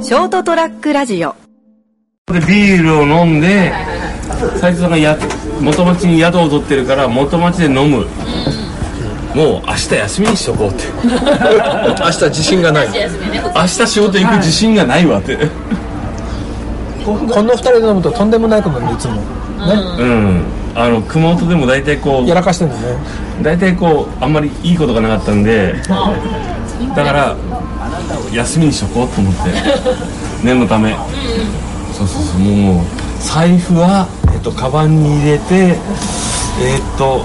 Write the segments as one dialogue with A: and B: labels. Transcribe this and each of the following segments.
A: ショートトラックラジオ
B: でビールを飲んで斉藤さんがや元町に宿を取ってるから元町で飲むもう明日休みにしとこうって
C: 明日自信がない
B: 明日仕事行く自信がないわって
C: この二人で飲むととんでもないことになるいつもね
B: うんあの熊本でも大体こ
C: やらかしてんのね
B: う大体こうあんまりいいことがなかったんでだから休みにしとこうと思って念のためそうそうそうもう財布はえっとカバンに入れてえっと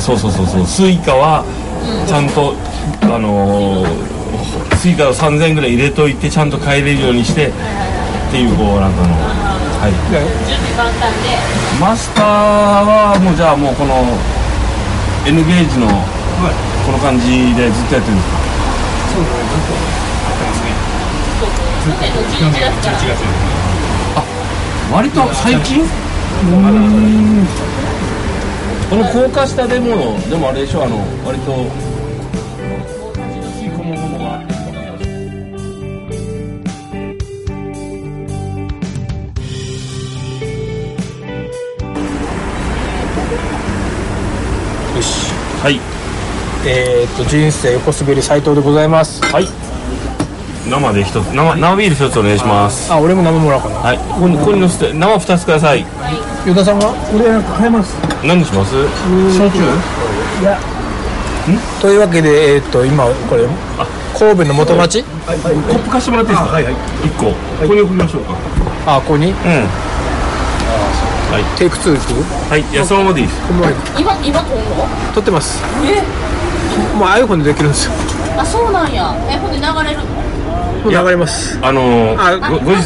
B: そうそうそうそうスイカはちゃんとあのースイカを3000円ぐらい入れといてちゃんと帰れるようにしてっていうこうなんかあのはいマスターはもうじゃあもうこの N ゲージのこの感じでずっとやってるんですかそうですねずっとやってますね割と最近この高架下でもでもあれでしょあの割とこもごもが
C: よし
B: はい
C: えー、っと人生横滑り斉藤でございます
B: はい生で一つ生生ビール一つお願いします
C: あ俺も生もらおうかな
B: はいここにここに乗せて生二つください
C: 与田さんは俺なんか買えます
B: 何にします
C: 焼酎いやというわけでえー、っと今これ神戸の元町
B: コップ貸してもらっていいですかはいはい一個ここに送りましょうか
C: あここに
B: うん
C: テイク2行く
B: はいいやそのままでいいです
C: この前
D: 今今今後
C: 撮ってます
D: え
C: もう iPhone でできるんですよ
D: あそうなんやえほんで流れるの
C: もう流れます
B: あのー、
C: あ
B: ご後日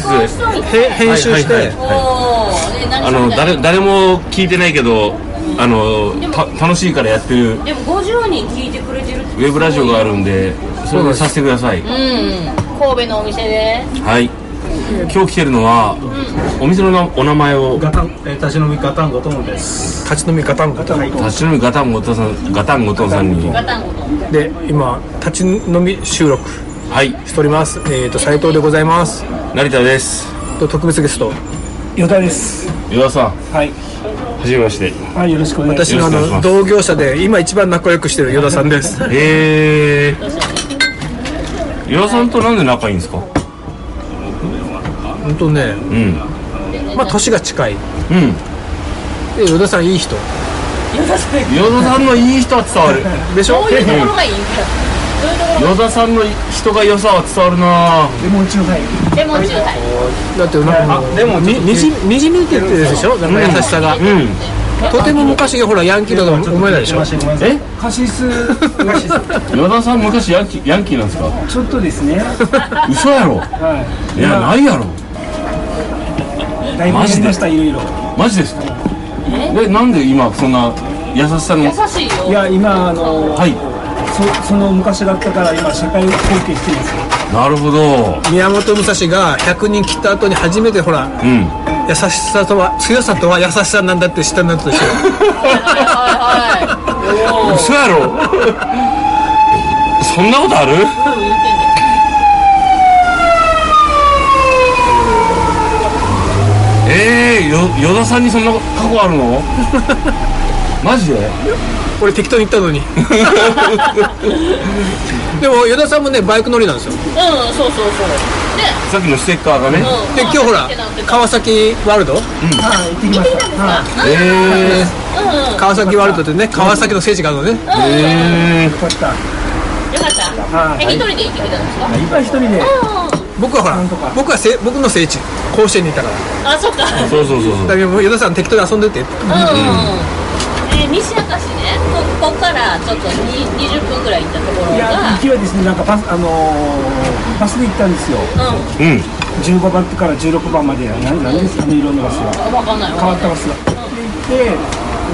C: へ編集して、
B: はいはいはい
D: おおえ何
B: あ
D: それ
B: の誰誰も聞いてないけどあのた楽しいからやってるウ
D: でも50人聞いてくれてるウ
B: ェブラジオがあるんでそれでさせてください、
D: うん神戸のお店で
B: はい今日来てるのは、お店のなお名前を
E: ガタン、えー、立ち飲みガタンゴトンです。
C: 立ち飲みガタンゴトン
B: 立ち飲みガタンゴトンさんガタンゴトンさんに
D: ガタンゴと
C: で今立ち飲み収録
B: はい
C: しておりますえー、っと斉藤でございます
B: 成田です
C: と特別ゲスト
E: よだです。
B: 与田さん
E: はい。
B: はじめまして
E: はい、よろしくお願いし
C: 私のあ
B: よろしくお願
C: の
B: いし
C: 同業者で今一番仲良くしてる与田さんです
B: へえ与田さんとなんで仲いいんですか
C: 本当ね
B: うん
C: まあ年が近い
B: うん
C: で与田さんいい人
B: 与田さんのいい人は伝わる
C: でしょ
D: どういうところがいいんだ
B: 与田さんの人が良さは伝わるな
E: ます。もう一度はい。
D: レモンチューハイ
C: だってなんかもう
E: あでも
C: に
E: ちょっと
C: にじにじみ出てるでしょなんか優しさが、
B: うん
C: とても昔ほらヤンキーだと思えないでしょ
E: すいません
B: え
E: カシス、カシス、
B: 与田さん昔ヤンキーヤンキーなんですか
E: ちょっとですね。
B: 嘘やろ
E: はい
B: やないやろ
E: い。だいぶやりました、いろいろ。
B: マジですかえなんで今そんな優しさの
D: 優しいよ
E: いや、今、あの、
B: はい
E: そ、その昔だったから、今社会貢献してるんですよ。
B: なるほど
C: 宮本武蔵が100人切った後に初めてほら
B: うん
C: 優しさとは強さとは優しさなんだって知ったんだと一緒
D: はいはいはい
B: 嘘やろそんなことあるええー、よ与田さんにそんな過去あるのマジで
C: 俺適当に言ったの にでも与田さんもねバイク乗りなんですよ
D: うんそうそうそうで
B: さっきのステッカーがね、
D: うん
C: で今日ほら川崎ワールド
E: はい、行ってきました。はい。
B: え
C: 川崎ワールドってね川崎の聖地があるのね
B: ー、え
E: よかった。
D: よかった
E: はい。
D: え一人で行ってきたんですか
E: 今一人で。
C: 僕はほら
E: なんとか
C: 僕はせ僕の聖地甲子園にいたから
D: あそっか
B: ー、そうそうそうそう
C: だけどもう与田さん適当に遊んでて
D: うん、えー、西明石ねここからちょっとに20分ぐらい行ったところ
E: いや、
D: が
E: 行きはですね、なんかバス、あのー、バスで行ったんですよ。
D: う
B: うん
E: 15番から16番まで、なん、なんですかね、いろんなバスが。
D: ん分かんない
E: 変わったバスが。で行って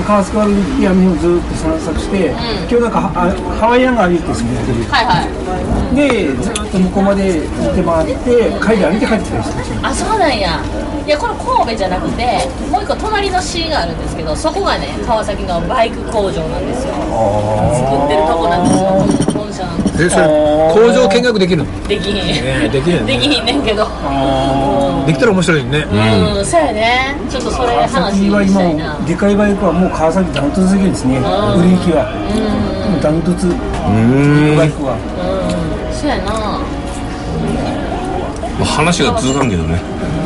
E: 川崎湾に行って闇をずーっと散策して、今日なんかはあハワイアンが歩いてるんですよ
D: はいはい
E: でずーっと向こうまで行って回って帰り歩いて帰ってきたりしてます
D: あそうなんやいやこれ神戸じゃなくてもう一個隣の市があるんですけどそこがね川崎のバイク工場なんですよ作ってるとこなんですよ本社なんです
C: えそれ工場見学できるの
D: できひん、
C: ねできるよね
D: できひんねんけど
C: できたら面白いね
B: うん
D: うん、そうやねちょっとそれ
E: 川
D: 話
E: 崎は
D: したいな
E: 今でかいバイクはもう川崎ダントツできるんですね売れ行きはもうダントツ
B: うん
E: バイクは
D: うんそうやな
B: まあ話が続かんけどね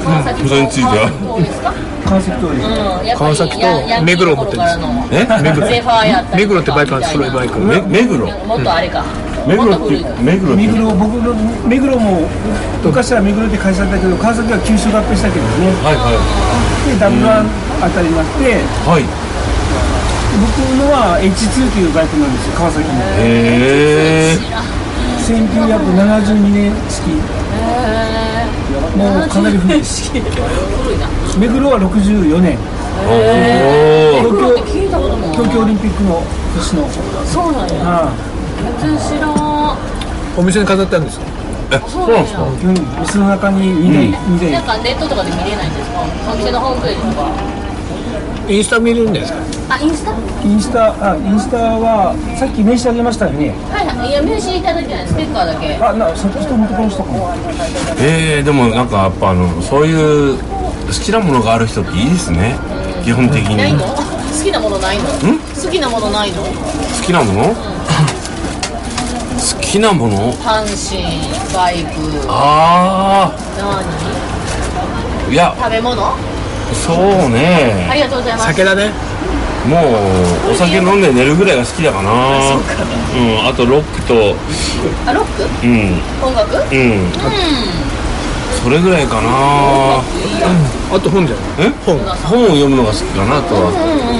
D: 川崎
B: それについては
D: どうですか
E: 川崎通り
D: うんやっぱ
C: 川
D: り
C: 崎と
D: やヤンキー
C: 目黒を
D: の
C: 持っ
D: 頃
C: て
D: か
C: るんです
D: らの
B: え目黒
D: ゼファーやったりとか
C: 目黒ってバイクは揃いバイク
B: め目黒
D: もっとあれか、
B: 目
D: もっ
B: 黒
D: と
B: っ
D: 古いか
B: て目黒っ
E: 目
B: て
E: 黒僕の目黒も昔は目黒で会社だったけど川崎は九州合併したけどね
B: はいは
E: でダブルワンあたりになって
B: いはい
E: 僕のは H2 というバイクなんですよ川崎の
B: へえ
E: 1972年式
D: へ
E: もうかなり古いです
D: ー古いな
E: 目黒は64年
B: お
E: 東
D: 黒って
E: 京
D: 聞いたこともない
E: 東京オリンピックの年の
D: そうなんや
E: あ
D: 全然知らん
C: お店に飾ってあるんですよ
B: おそうなんですか
E: あうん椅子の中に2台
D: な
E: 2
D: ん
E: 台
D: かネットとかで見れないんですかお店のホームページとか
C: インスタ見れるんじゃないです
D: あインスタ
E: インスタあインスタはさっき名刺あげましたよね
D: はいはいいや名刺いただけないステッカーだけ
E: あなそっちと元からしたかも
B: えー、でもなんかやっぱあのそういう好きなものがある人っていいですね基本的に
D: ないの好きなものないの好きなものないの
B: 好きなもの好きなもの
D: パンシーバイク
B: あ
D: 何
B: あいや
D: 食べ物あ
B: そうね
D: りがとうございます
C: か酒だね
B: もうお酒飲んで寝るぐらいが好きだかなうんあとロックと
D: あロック
B: うん
D: 音楽う
B: う
D: ん
B: んそれぐらいかな
C: あと本じゃない
B: え
C: 本
B: 本を読むのが好きかなとは
D: うんうんうん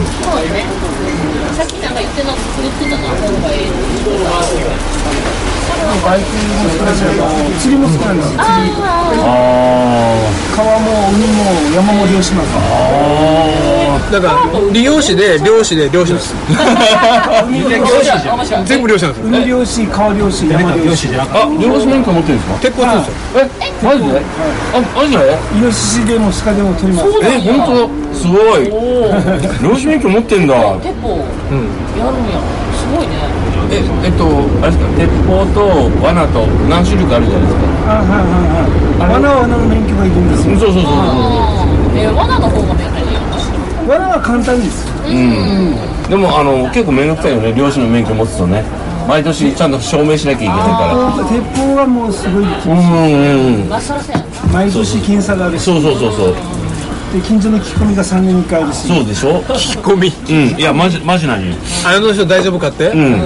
B: うん
D: そうねさっきなんか言ってな言ってたな今回
E: バイクも少ないしあの釣りも少ないんですよ釣り
D: あ
B: あ
E: 川も海も山も漁師なんです
B: ああ
C: だから利用師で漁師で漁師です
E: よ海漁師
D: あ面白い
C: 全部漁師なんですよ
E: 海漁師川漁師山漁師
B: あ、漁師免許持ってるんですか
C: 鉄鋼なんですよ
B: え、マジであ、マジで
E: イノシシでも鹿でも取ります
B: え、本当すごい
D: おー
B: 漁師免許持ってんだあ
D: 結構やるんやすごいね
B: え、えっと、あれですか鉄砲と罠と何種類かあるじゃないですか
E: あはいはいはい。罠は罠の免許がいるんです
B: うん
E: よ。
B: そうそうそう
D: うんえ罠の方が便利や
E: 罠は簡単です。
B: そうでもあの、結構面倒くさいよね漁師の免許持つとね毎年ちゃんと証明しなきゃいけないか
E: 鉄砲はもうすごい
B: らうんうんうん
D: まあそらそうやんな
E: 毎年検査があるし、
B: そうそうそうそう
E: で近所の聞き込みが3年に1回あるし、
B: そうでしょ
C: 引っ込み
B: うん、いや、マジ、マジなんよ
C: あの人大丈夫かって
B: うん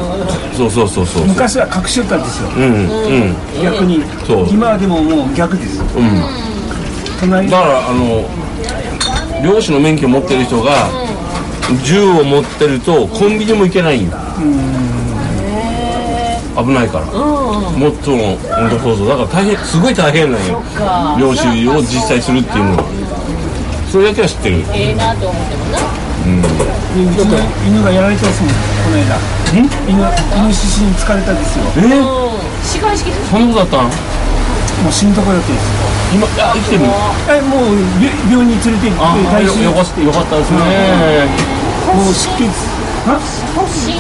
B: そうそうそうそう
E: 昔は隠しよったんですよ。
B: うん、うん
E: 逆に
B: そう、
E: 今はでももう逆です。
B: うん
E: 隣
B: だからあの漁師の免許持ってる人が銃を持ってるとコンビニも行けないんだ危ないからもっともうんとそうそうだから大変すごい大変なんよ
D: か
B: 漁師を実際するっていうのはそれだけは知ってる
D: ええなと思ってもな
E: に犬がやられてますもん。この間。犬イノシシに疲れたんですよ。
B: えー、
D: うん市街式
B: そんなことあったん
E: もう死ぬとこだったです。
B: 今あ生きてる
E: えもうび病院に連れて行って
B: あ
E: 大
B: よよか
E: 衆
B: ったよかったですね
E: もう出血。あ
D: 市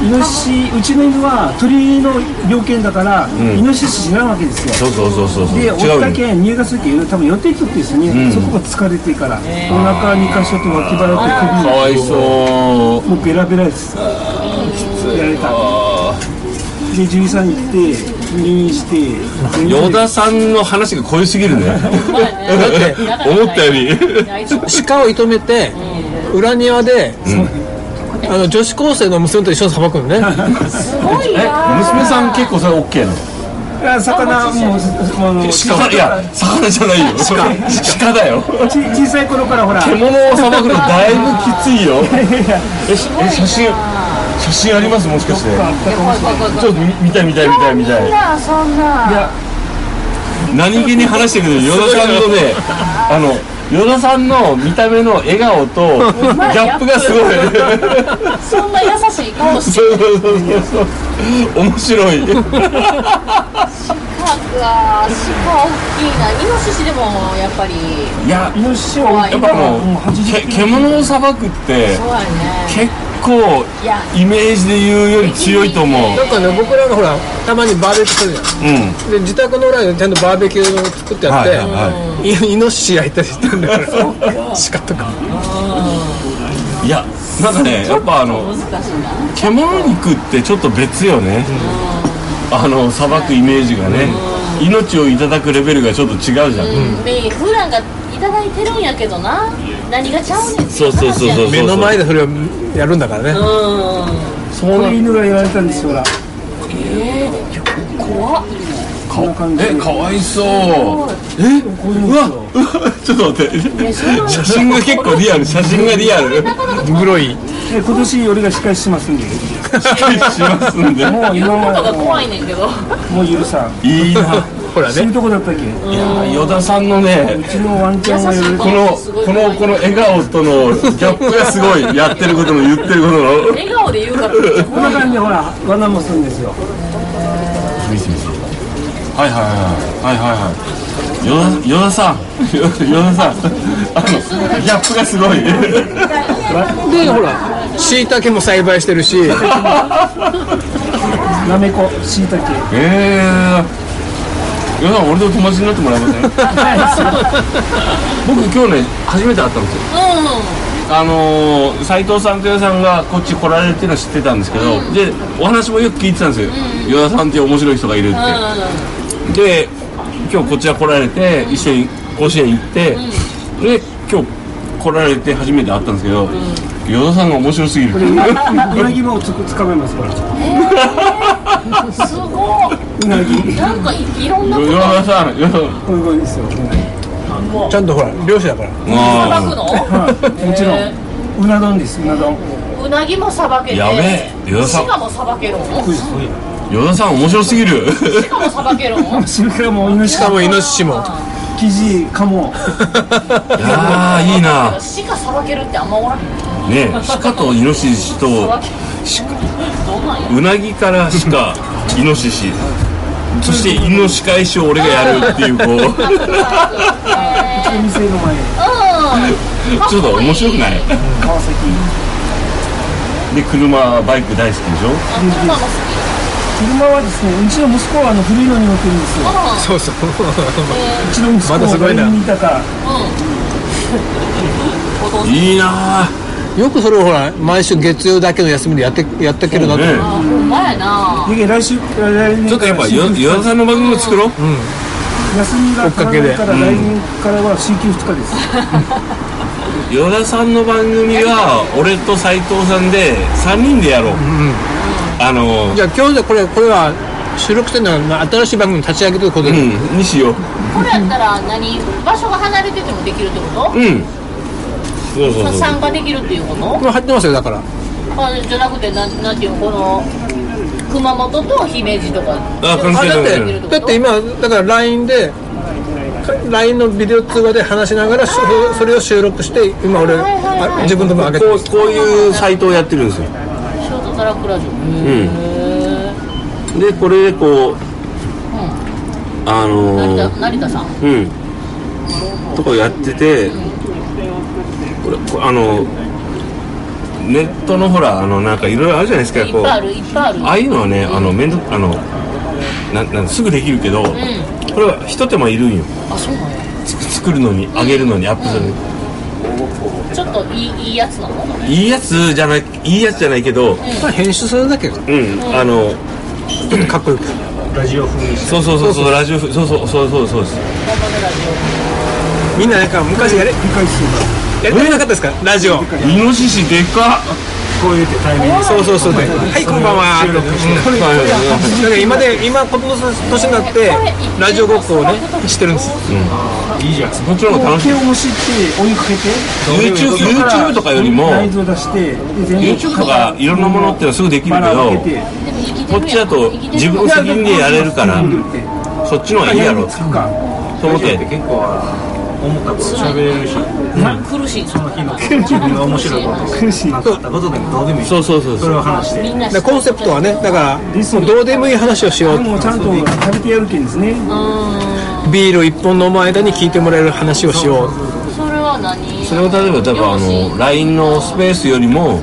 E: イノシシうちの犬は鳥の病犬だから、イノシシ知らんわけです
B: そ
E: よ。
B: うそうそうそうそう
E: で、
B: 違
E: 大
B: う
E: 分
B: よ
E: 県入荷するけど、多分予定とってですね、そこが疲れてから、お腹2箇所と脇腹
B: か
E: と
B: わいそう
E: 首、もうベラベラです、やられた。で、13に行って、入院して、
B: 与田さんの話が濃いすぎるね思ったより
D: 大丈夫
C: 鹿を射止めて裏庭であの女子高生の娘と一緒にさばくのね
B: え娘さん結構それ OK なの
E: あ魚も、あの
B: いや魚じゃないよ鹿鹿だよ
E: ち小さい頃からほら、
B: 獣をさばくのだいぶきついよえしえ写真写真ありますもしかしてちょっと見見たい見たい見たい見たい
D: そんな
B: 何気に話してるけど与田さんのね あの与田さんの見た目の笑顔と ギャップがすごい
D: そんな優しい顔して
B: そうそうそうそう面白い
D: かが鹿大きいなイノシシでもやっぱり
B: いや
E: イノシシを置い
B: や
E: て
B: っ
E: か
B: ぱ
E: ら
B: も
E: もう
B: う
E: 80
B: け獣をさばくって
D: そうやね
B: 結構イメージで言うより強いと 思う
C: なんかね僕らのほらたまにバーベキューするじゃん
B: うん
C: で自宅の裏でちゃんとバーベキューを作ってあって、、
B: はいはい
C: イノシシ焼いたりしてんだから鹿とか
B: いやなんかねやっぱあの
D: 難しいな
B: 獣肉ってちょっと別よねあのさばくイメージがね命をいただくレベルがちょっと違うじゃん、
D: で普段がいただいてるんやけどな何がちゃうねんってい
B: そうそうそうそう
D: 話
C: 目の前でそれをやるんだからね、
D: やん
B: そう
E: こ
B: な
E: れ
B: ん
E: 犬が言われたんですよほら
D: うん怖っ
E: こんな感じで
B: えかわいそうえ
E: こういうの
B: うわう わちょっと待って
D: いやそうなんだ
B: 写真が結構リアル写真がリ アル
D: なかなか
C: 黒い
E: え今年俺が司会しますんで
B: しますんで
E: もう
D: 言う
E: 今
D: こ
E: ま
D: とが怖
E: で
D: いねんけど
E: もう許さん
B: いいな
C: ほら
E: 死
C: ね
E: ぬとこだったっけう
B: いやー依田さんのね
E: ちのワンちゃんが言われて
B: このこのこの笑顔とのギャップがすごいやってることも言ってることも
D: 笑顔で言うからめっちゃ
E: こんな感じでほら罠もするんですよ
B: 見せ見せはいはいはいはいはいはいよだよださん よよださんあのギャップがすごい
C: でほらしいたけも栽培してるし
E: なめこしいたけ
B: えーよださん俺と友達になってもらえません 僕今日ね初めて会ったんですよ
D: う
B: あのー、斉藤さんと矢田さんがこっち来られるっていうのは知ってたんですけど、でお話もよく聞いてたんですよ与田、さんっていう面白い人がいるって、
D: んうん
B: で今日こっちら来られて一緒に甲子園行って、で今日来られて初めて会ったんですけど、与田さんが面白すぎる
E: これうなぎもつくつかめますから
D: すご
E: うなぎ
D: いなんかいいろんなこと
B: 与田さん与田さん
E: こういう感じですようなぎ
C: ちゃんとほら漁師だから
D: さば
B: あ
D: くの
E: はいもちろ
D: へ
E: んうな丼ですうな丼
D: うなぎもさばけて
B: やべえよださ
D: シカもさばけるんシ
B: ー与田さん面白すぎる
D: カもさばけるん
E: それからもうイノシ
C: し
E: カ
C: かもイノシシも
E: キジカ
B: い
E: モ
B: やーいいな
D: シカさばけるってあんまおらへん
B: ねえ鹿とイノシシと
D: さばけるどうなんや
B: うなぎから 鹿イノシシそしてイノシカ返しを俺がやるっていう こう
E: お店の前
B: ちょっと面白くない
E: 川崎
B: で車バイク大好きでしょ
D: あんなの好き
E: 車はですねうちの息子はあの古いのに乗ってるんですよ
C: そうそう
E: うちの息子
C: まだす
E: は
C: ごいな
E: 誰に似たか
B: いいなあ
C: よくそれをほら毎週月曜だけの休みでやってやってけるなと思う
B: ね
D: あほんまやな
E: で来週来年
B: ちょっとやっぱよ与田さんの番組を作ろう
E: 休みが足らないから来年からは週休2日です
B: 与田さんの番組は俺と斉藤さんで3人でやろう、あの
C: じゃあ今日じゃこれこれは収録してるのは新しい番組立ち上げということ
B: う
C: で、
B: んにしよう
D: これやったら何場所が離れててもできるってこ
B: うんそうそう
D: と
B: そう
D: 参加できるっていうこと
C: これ入ってますよだから
D: あじゃなくてなんなんていうのこの熊本と姫路とか
B: あ関
C: あ
B: 係
C: だっ
B: ない
C: てだって今だから LINE で LINE のビデオ通話で話しながらしそれを収録して今俺あ自分の分上げて
B: こ
C: ま
B: う
C: す
B: こういうサイトをやってるんですよ
D: ショートトラックラジオへ
B: でこれでこうあ
D: え成
B: の
D: 田
B: ー
D: 成田さん
B: うんとかやっててこれこあのネットのほらあのなんかいろいろあるじゃないですか
D: いっ
B: こう
D: ぱいあるいっぱいある
B: ああいうのはね、あの、めんどく、あの、なん、なん、すぐできるけど、これは一手間いるんよ。
D: あそうなんや
B: つく作るのに、あげるのに、アップするのに。
D: ちょっといいいいやつなの
B: いいやつじゃない、いいやつじゃないけど、
C: まあ編集するだけが
B: うん、あの、
C: ちょっとかっこよく
B: そうそうそうそう、ラジオ風、そうそう、そうそう、そうです。
C: みんななんか昔やれ
E: 理解してます
C: やりたくなかったですかラジオ
B: イノシシでかっ。
E: こういうタイミング
C: そうそうそうではいこんばんは
E: 収録し
B: は
E: て
B: いはいはい
C: だから今で今今年になってラジオごっこをねしてるんです
B: こっちの方が楽しい
E: 手。を押して追いかけて
B: YouTube、YouTube とかよりも、
E: 内臓出してで全部
B: YouTube とかいろんなものってのはすぐできる
E: バ
B: け
E: ラを
B: ど
E: かけ、
D: で
E: て
D: も生きて
B: こ
D: るやん
B: っちだと
D: 生きてる
B: 自分の責任でやれるから、そっちの方がいいやろ、
E: つくか
B: と思って。
D: 苦しいその日の面白い
E: 苦しい
B: そうそうそうそう。
D: みんな
C: でコンセプトはねだからもうどうでもいい話をしよう
E: もうちゃんと食べてやるけんですね
C: ビール一本飲む間に聞いてもらえる話をしよう
D: それは何
B: それを例えば多分あの LINE のスペースよりも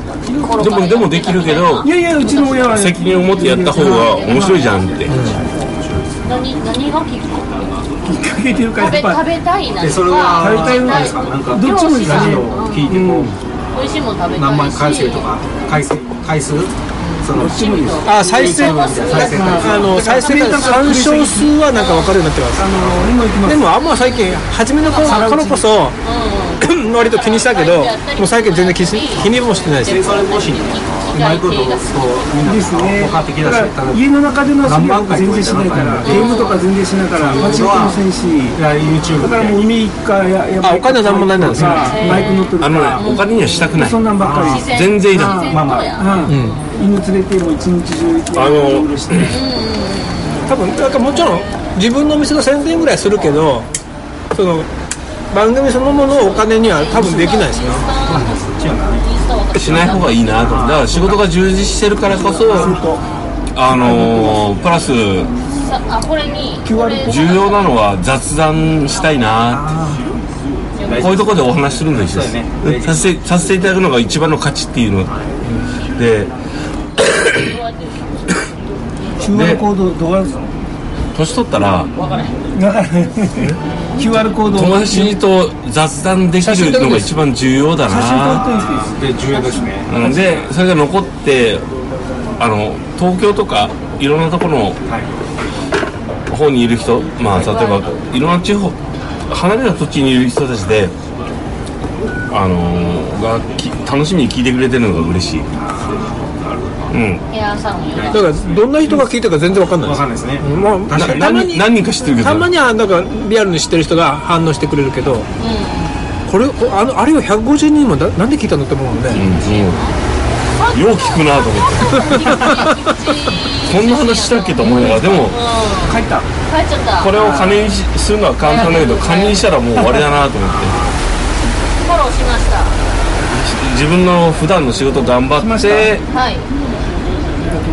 D: 頃
B: で
D: から
B: もでもできるけど
E: いやいやうちの親は
B: 責任を持ってやった方が面白いじゃんって
D: 何何がきっか
E: きっかけというかやっ
D: け食べ
E: ぱ
D: 食べたいなとか
A: それは
E: 食べたいものですか
A: なんか
E: どっちもいいですね
A: 聞いても
D: 美味しいもん食べたいし
A: 何万回数とか回数回数その
E: ちもいいです
C: あ再生
D: 再生
A: 再生回数
C: あの再生回数参照数はなんか分かるようになってます
E: あの今行きます
C: でもあんま最近初めの頃頃こそ 割と気にしたけどもう最近全然気にし気にもしてないです
A: 生産方針うまいことこうみんな
E: ですね
A: が分かってき
E: だ
A: だ
E: か
A: し
E: ら家の中での遊びは全然しないか
A: 何
E: ら
A: 万
E: ゲームとか全然しないから間違ってませんし
A: いや YouTube
E: だからもう海かやや
C: あお金なんもないんですよ
E: バイク乗ってる
B: あ
E: か
B: の
E: ら
B: ねお金にはしたくない
E: そんなんばっかり
B: 全然いらん
D: ん
A: まあまあ
E: うん、犬連れても一日中
B: あの
E: うろうろして
C: 多分なんかもちろん自分のお店の宣伝ぐらいするけどその番組そのものをお金には多分できないですよ
B: しない方がいいなとだから仕事が充実してるからこそあのープラス
D: あこれに
B: 重要なのは雑談したいなってこういうところでお話しするのが一緒です、させてさせていただくのが一番の価値っていうので
E: で QR コードどうやるの
B: 年取ったら
E: だから QR コード
B: 友達と雑談できるのが一番重要だ
E: 写真撮っ
B: な
E: といていいです
A: で重要ですね
B: なのでそれが残ってあの東京とかいろんなところの方にいる人まあ例えばいろんな地方離れた土地にいる人たちであのーがき楽しみに聞いてくれてるのが嬉しいうん
D: ヘアサロンよ
C: だからどんな人が聞いてるか全然分かんないで
A: 分
C: す
A: かんないですね
C: もう
B: な
C: たま
B: 何
C: に
B: 何人か知ってるけど
C: たまにはなんかリアルに知ってる人が反応してくれるけどこれこあのあれを150人もだなんで聞いたのって思うんで
B: うんうんよう聞くなと思ってこんな話したっけと思いながらでも
E: か帰った
D: 帰っちゃった
B: これを金にしするのは簡単だけど金にしたらもう終わりだなと思って
D: フォローしました
B: 自分の普段の仕事頑張って
D: はい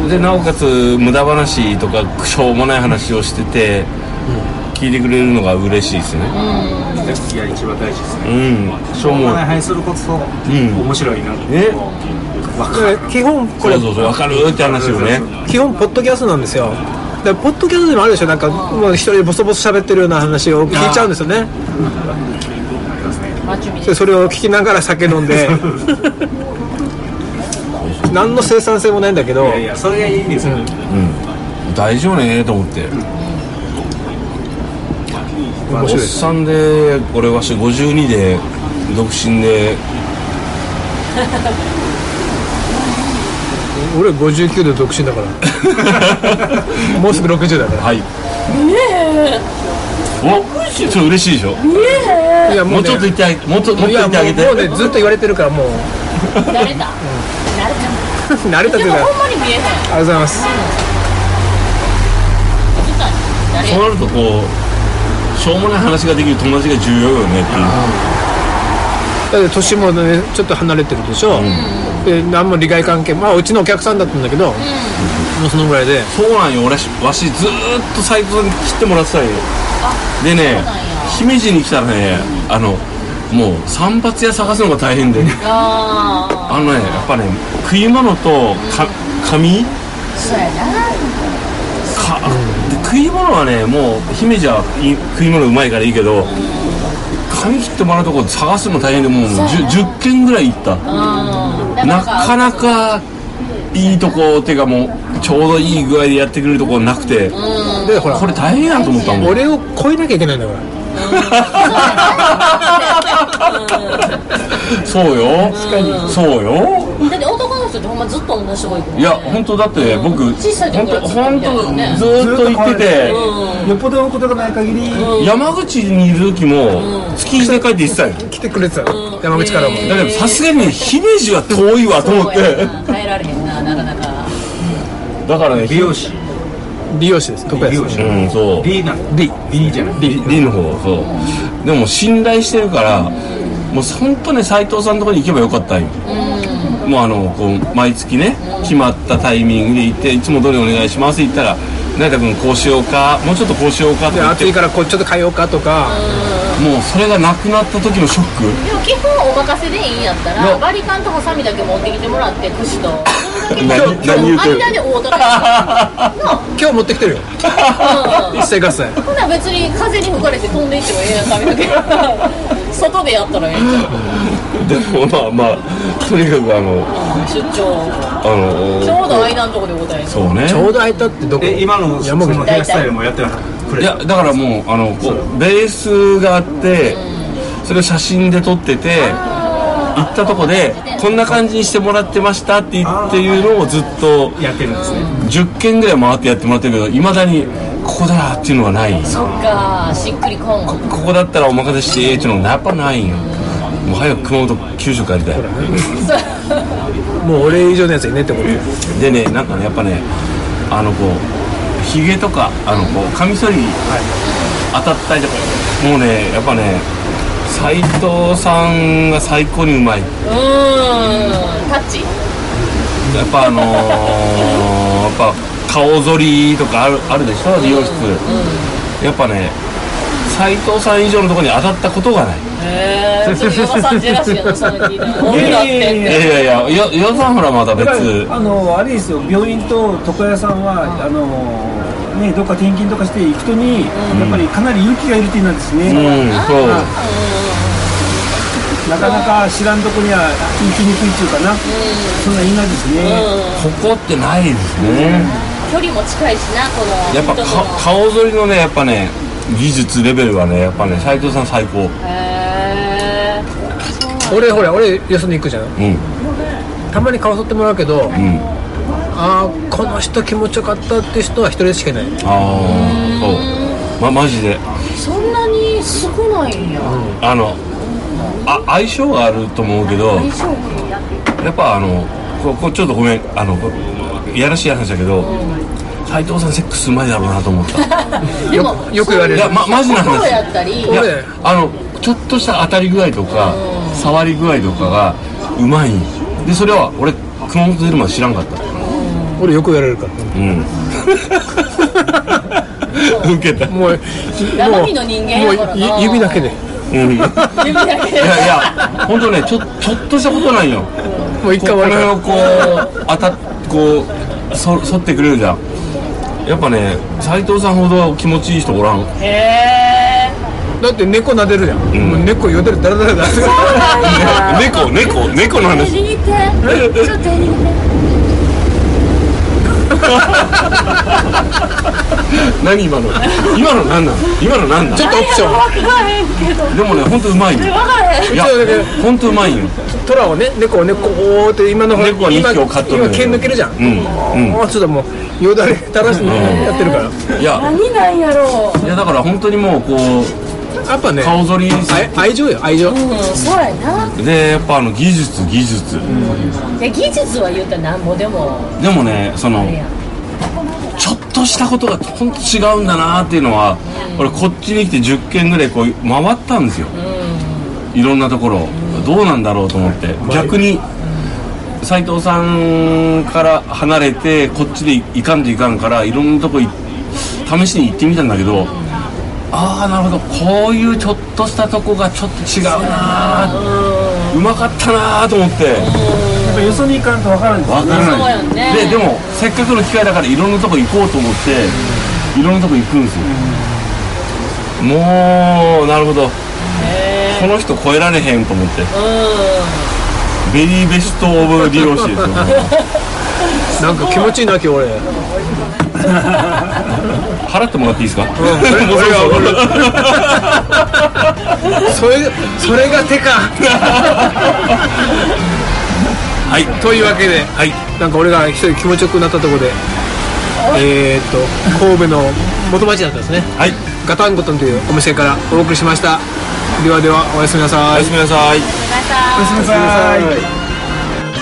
B: でなおかつ無駄話とかしょうもない話をしてて、聞いてくれるのが嬉しいですね
A: いや一番大事ですね
B: うん、しょう
A: お
B: もない
A: 話することそ
B: ん
A: 面白いなって
B: え
A: 分か
C: だから基本こ
B: こ
C: れ
B: れそうそう分かるって話をね
C: 基本ポッドキャストなんですよだからポッドキャストでもあるでしょなんかもう一人でボソボソ喋ってるような話を聞いちゃうんですよね
D: マチュミ
C: でそれを聞きながら酒飲 んで何の生産性もないんだけど
A: るいやそれがいいですよ
B: 大丈夫ねと思って、お
C: 面
B: っ
C: 白いです
B: さんで俺はし52で独身で
C: 俺59で独身だから もうすぐ60だか
B: はいおちょっと嬉しいでしょ
C: らいや
B: もう
C: ね
B: ちょっと言ってあげてもうちょっともう
C: い
B: ちょっと
C: やも
B: 言ってあげて
C: うもうねずっと言われてるか らもう
D: 慣れた慣れ
C: 慣れたと
D: た
C: い
D: で
C: う
D: も
C: かあり
D: ほんまに見えへん
C: がとうございます
D: みたい慣
B: そう
D: れ
B: なるとこうしょうもない話ができる友達が重要よねっていう
C: だって年もねちょっと離れてるでしょ、で何も利害関係まあうちのお客さんだったんだけど、もうそのぐらいで
B: そうなんよ俺しわしずーっと斎藤さんに切ってもらってたんよでね姫路に来たらねあのもう散髪屋探すのが大変で
D: あ
B: あのねやっぱね食い物とか髪
D: あそうやな
B: かで食い物はねもう姫路はい食い物うまいからいいけど髪切ってもらうとこ探すの大変でもう 10, 10軒ぐらい行った
D: うん
B: なかなかいいとこっていうかもうちょうどいい具合でやってくれるとこなくて
C: でほら
B: これ大変やと思ったもん
C: 俺を超えなきゃいけないんだから
B: そうよそうよ
D: だって男の人ってほんまずっと同じとこ行くもん
B: いや本当だって僕本
D: 小さい時か
B: 当
D: ら
B: 本
D: ね
B: 当ずーっと行ってて
E: よっぽどのことがない限り
B: 山口にいる時も月一で帰って行ってたよ
C: 来てくれてたの山口からも、
B: だけどさすがに姫路は遠いわと思っ
D: そう
B: て
D: やな耐えられへんななかなか
B: だからね
A: 美容師
C: 美容師です床
A: 美
C: 屋
A: 容師
C: さん
B: うんそう
A: リーナ
B: リ
A: リーじゃない
B: リリの方そうでも信頼してるからもう本当ね斎藤さんのところに行けばよかったんよもうあのこう毎月ね決まったタイミングで行っていつも通りお願いしますって言ったら成田君こうしようかもうちょっとこうしようかって
C: で
B: 言って
C: 暑いからこうちょっと変えようかとか
B: もうそれがなくなった時のショック
D: でも基本お任せでいいんやったらバリカンとハサミだけ持ってきてもらって串と それだけ
B: 何何言うてる
D: 間で大トロや
C: 今日持ってきてるよ一切合切
D: る ほな別に風に吹かれて飛んでいってもええやん髪の毛外でやったらええんちゃ
B: でもまあまあとにかくあの
D: う出張
B: あの
D: ちょうど間のとこでございます
B: そうね
C: ちょうど空いたってどこ
A: え今のそ
C: 山
A: の
C: 口
A: ヘアスタイルもやってくれ
B: いやだからもうあのこうベースがあってそれを写真で撮ってて行ったとこでこんな感じにしてもらってましたって言っていうのをずっと
A: やってるんですね
B: 10件ぐらい回ってやってもらってるけどいまだにここだっていうのがない
D: そっかしっくりこん
B: ここだったらお任せしてええっていうのがやっぱないんよもう早く熊本給食帰りたい
C: もう俺以上のやついねえって思っ
B: で
C: て
B: ねなんかねやっぱねあのこうひげとかあのこうカミソリ当たったりとかもうねやっぱね斎藤さんが最高にうまいう
D: ーんタッチ
B: やっぱあのー、やっぱ顔剃りとかあるあるでしょ美容室、やっぱね斎藤さん以上のところに当たったことがない
D: へえちょっと山さんジェラシーやなその聞いたら俺だってって
B: いやいやいやよさんほらまた別
E: あのあれですよ病院と床屋さんはあのねどっか転勤とかして行くとに、やっぱりかなり勇気がいるっていうんですね、
B: うんそう
E: なかなか知らんとこには行きにくいっていうかな、そんなん言いないですね、
B: ここってないですね、
D: 距離も近いしなこの
B: やっぱ
D: 人と
B: か
D: の
B: 顔剃りのねやっぱね技術レベルはねやっぱね斉藤さん最高
D: へえ
C: 俺ほら俺よそに行くじゃん
B: うん
C: たまに顔剃ってもらうけど
B: うん
C: ああこの人気持ちよかったって人は一人しかいない
B: ああそうまマジで
D: そんなに少ないんや
B: あのあ相性があると思うけどやっぱあのここちょっとごめんあのこいやらしい話だけど斉藤さんセックスうまいだろうなと思 った
D: でも
C: よく言われ
B: い
C: る
B: や、ま、マジな
D: そう
B: 話
D: やったり
B: いやあのちょっとした当たり具合とか触り具合とかがうまいんよでそれは俺熊本出るまで知らんかった
C: 俺よく言われるから
B: うん。受けた。
C: もう
D: 生身の人間やからな
C: もうゆ指だけで
B: うん。いや
D: 指だけ
B: いや、本当ね、ちょちょっとしたことなんよ。
C: もう一
B: こ
C: 回
B: こ
C: 笑
B: れ
C: う
B: をこう当たっこうそ剃ってくれるじゃん。やっぱね、斉藤さんほど気持ちいい人おらん。
D: へえ
C: だって猫撫でるじゃん、
B: ん
C: もう猫よだれだらだらだ
B: 猫猫猫の話。
D: 握ってちょっと握って
B: 何今の？今の何なの？今の何なの？
C: ちょっとオプション
D: 分からへんけ
B: で
D: ど
B: もね、本当うまいよ。
D: 分からへん
B: いや
C: ちょっとね、
B: 本当うまいよ。
C: トラをね猫をねこうって今のほら
B: 猫は二
C: 今
B: 匹を飼っとるん
C: 今
B: だ
C: 毛
B: けど
C: 抜けるじゃん、
B: う
C: も
B: んうん。
C: うちょっともうよだれ垂らしてやってるから、
B: いや
D: 何なんやろ
B: いやだから本当にもうこう
C: やっぱね
B: 顔剃り
C: 愛愛情よ愛情、
D: ううんそうやな
B: でやっぱあの技術技術。
D: いや技術は言うたらなんぼでも
B: でもねその
D: あれやん
B: ちょっとしたことが本当違うんだなっていうのは、俺こっちに来て10軒ぐらいこう回ったんですよ、いろんなところどうなんだろうと思って逆に斎藤さんから離れてこっちで行かんといかんからいろんなとこい試しに行ってみたんだけどああなるほどこういうちょっとしたとこがちょっと違うなーうまかったなーと思って
E: やっぱよそに行かんと分からんです
B: わから
D: そう
B: な
D: や
B: い
D: んね
B: ででもせっかくの機会だからいろんなとこ行こうと思っていろんなとこ行くんですよ、もうなるほどこの人超えられへんと思ってベリーベストオブ理容師ですよ
C: なんか気持ちいいな今日俺
B: 払ってもらっていいですか、
C: それがそれそれが手か
B: はい
C: というわけで
B: はい
C: なんか俺が一人気持ちよくなったところでえー、っと神戸の元町だったんですね
B: はい
C: ガタンゴトンというお店からお送りしましたではではおやすみな
B: お
C: さ
B: や
C: い
B: すみなさい
E: おやすみなさい